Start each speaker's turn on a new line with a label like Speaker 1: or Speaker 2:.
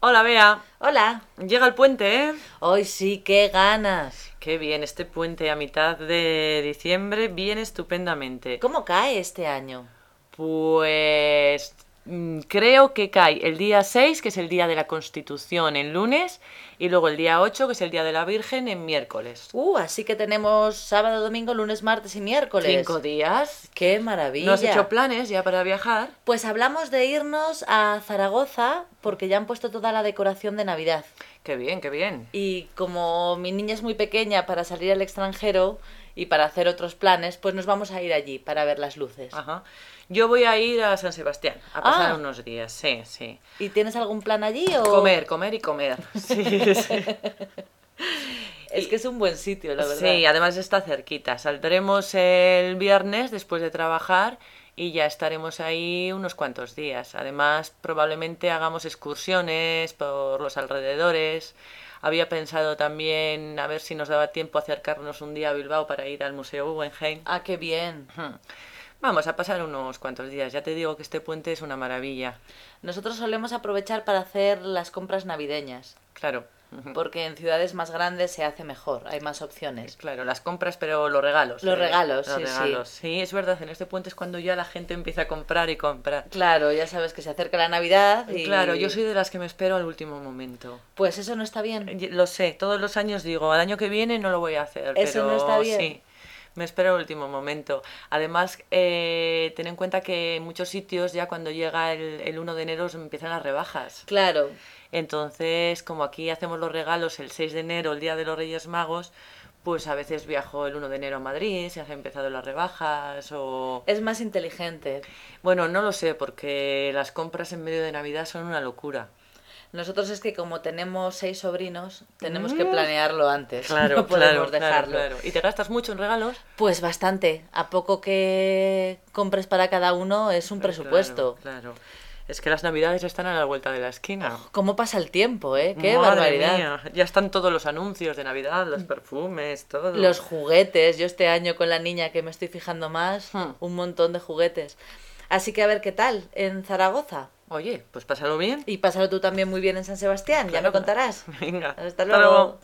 Speaker 1: Hola, Bea.
Speaker 2: Hola,
Speaker 1: Llega el puente, ¿eh?
Speaker 2: hoy sí que ganas.
Speaker 1: Qué bien, este puente a mitad de diciembre viene estupendamente.
Speaker 2: ¿Cómo cae este año?
Speaker 1: Pues mm, creo que cae el día 6, que es el día de la Constitución, en lunes, y luego el día 8, que es el día de la Virgen, en miércoles.
Speaker 2: Uh, así que tenemos sábado, domingo, lunes, martes y miércoles.
Speaker 1: Cinco días.
Speaker 2: ¡Qué maravilla!
Speaker 1: ¿No has hecho planes ya para viajar?
Speaker 2: Pues hablamos de irnos a Zaragoza porque ya han puesto toda la decoración de Navidad.
Speaker 1: Qué bien, qué bien.
Speaker 2: Y como mi niña es muy pequeña para salir al extranjero y para hacer otros planes, pues nos vamos a ir allí para ver las luces.
Speaker 1: Ajá. Yo voy a ir a San Sebastián a pasar
Speaker 2: Ah. Oh.
Speaker 1: unos días, sí, sí.
Speaker 2: ¿Y tienes algún plan allí o...?
Speaker 1: Comer, comer y comer. Sí, sí.
Speaker 2: Es que es un buen sitio, la verdad.
Speaker 1: Sí, además está cerquita. Saldremos el viernes después de trabajar y ya estaremos ahí unos cuantos días. Además, probablemente hagamos excursiones por los alrededores. Había pensado también a ver si nos daba tiempo acercarnos un día a Bilbao para ir al Museo Guggenheim.
Speaker 2: Ah, qué bien.
Speaker 1: Hmm. Vamos a pasar unos cuantos días. Ya te digo que este puente es una maravilla.
Speaker 2: Nosotros solemos aprovechar para hacer las compras navideñas.
Speaker 1: Claro.
Speaker 2: Porque en ciudades más grandes se hace mejor, hay más opciones.
Speaker 1: Claro, las compras, pero los regalos. eh,
Speaker 2: Los regalos,
Speaker 1: los
Speaker 2: sí, sí.
Speaker 1: regalos. Sí, es verdad, en este puente es cuando ya la gente empieza a comprar y comprar.
Speaker 2: Claro, ya sabes que se acerca la Navidad y...
Speaker 1: Claro, yo soy Eh. de las que me espero al último momento.
Speaker 2: Pues eso no está bien.
Speaker 1: Y- Lo sé, todos los años digo, al año que viene no lo voy a hacer,
Speaker 2: Eso
Speaker 1: pero
Speaker 2: no está bien.
Speaker 1: sí. Me espero al último momento. Además, eh, ten en cuenta que en muchos sitios ya cuando llega el, el 1 de enero se empiezan las rebajas.
Speaker 2: Claro,
Speaker 1: Entonces, como aquí hacemos los regalos el 6 de enero, el Día de los Reyes Magos, pues a veces viajo el 1 de enero a Madrid, se han empezado las rebajas o...
Speaker 2: es más inteligente.
Speaker 1: Bueno, no lo sé, porque las compras en medio de Navidad son una locura.
Speaker 2: Nosotros es que como tenemos seis sobrinos, tenemos que planearlo antes.
Speaker 1: Mm. Claro,
Speaker 2: no podemos
Speaker 1: claro,
Speaker 2: dejarlo.
Speaker 1: claro, claro. ¿Y te gastas mucho en regalos?
Speaker 2: Pues bastante. A poco que compres para cada uno es un presupuesto.
Speaker 1: Eh, Claro, claro. Es que las navidades están a la vuelta de la esquina.
Speaker 2: ¿Cómo pasa el tiempo, eh? Oh, Qué
Speaker 1: Madre
Speaker 2: barbaridad.
Speaker 1: mía, Ya están todos los anuncios de Navidad, los perfumes, todo.
Speaker 2: Los juguetes, yo este año con la niña que me estoy fijando más,
Speaker 1: Hmm.
Speaker 2: un montón de juguetes. Así que a ver qué tal en Zaragoza.
Speaker 1: Oye, pues pásalo bien.
Speaker 2: Y pásalo tú también muy bien en San Sebastián, ya me
Speaker 1: Claro.
Speaker 2: contarás.
Speaker 1: Venga.
Speaker 2: Hasta luego.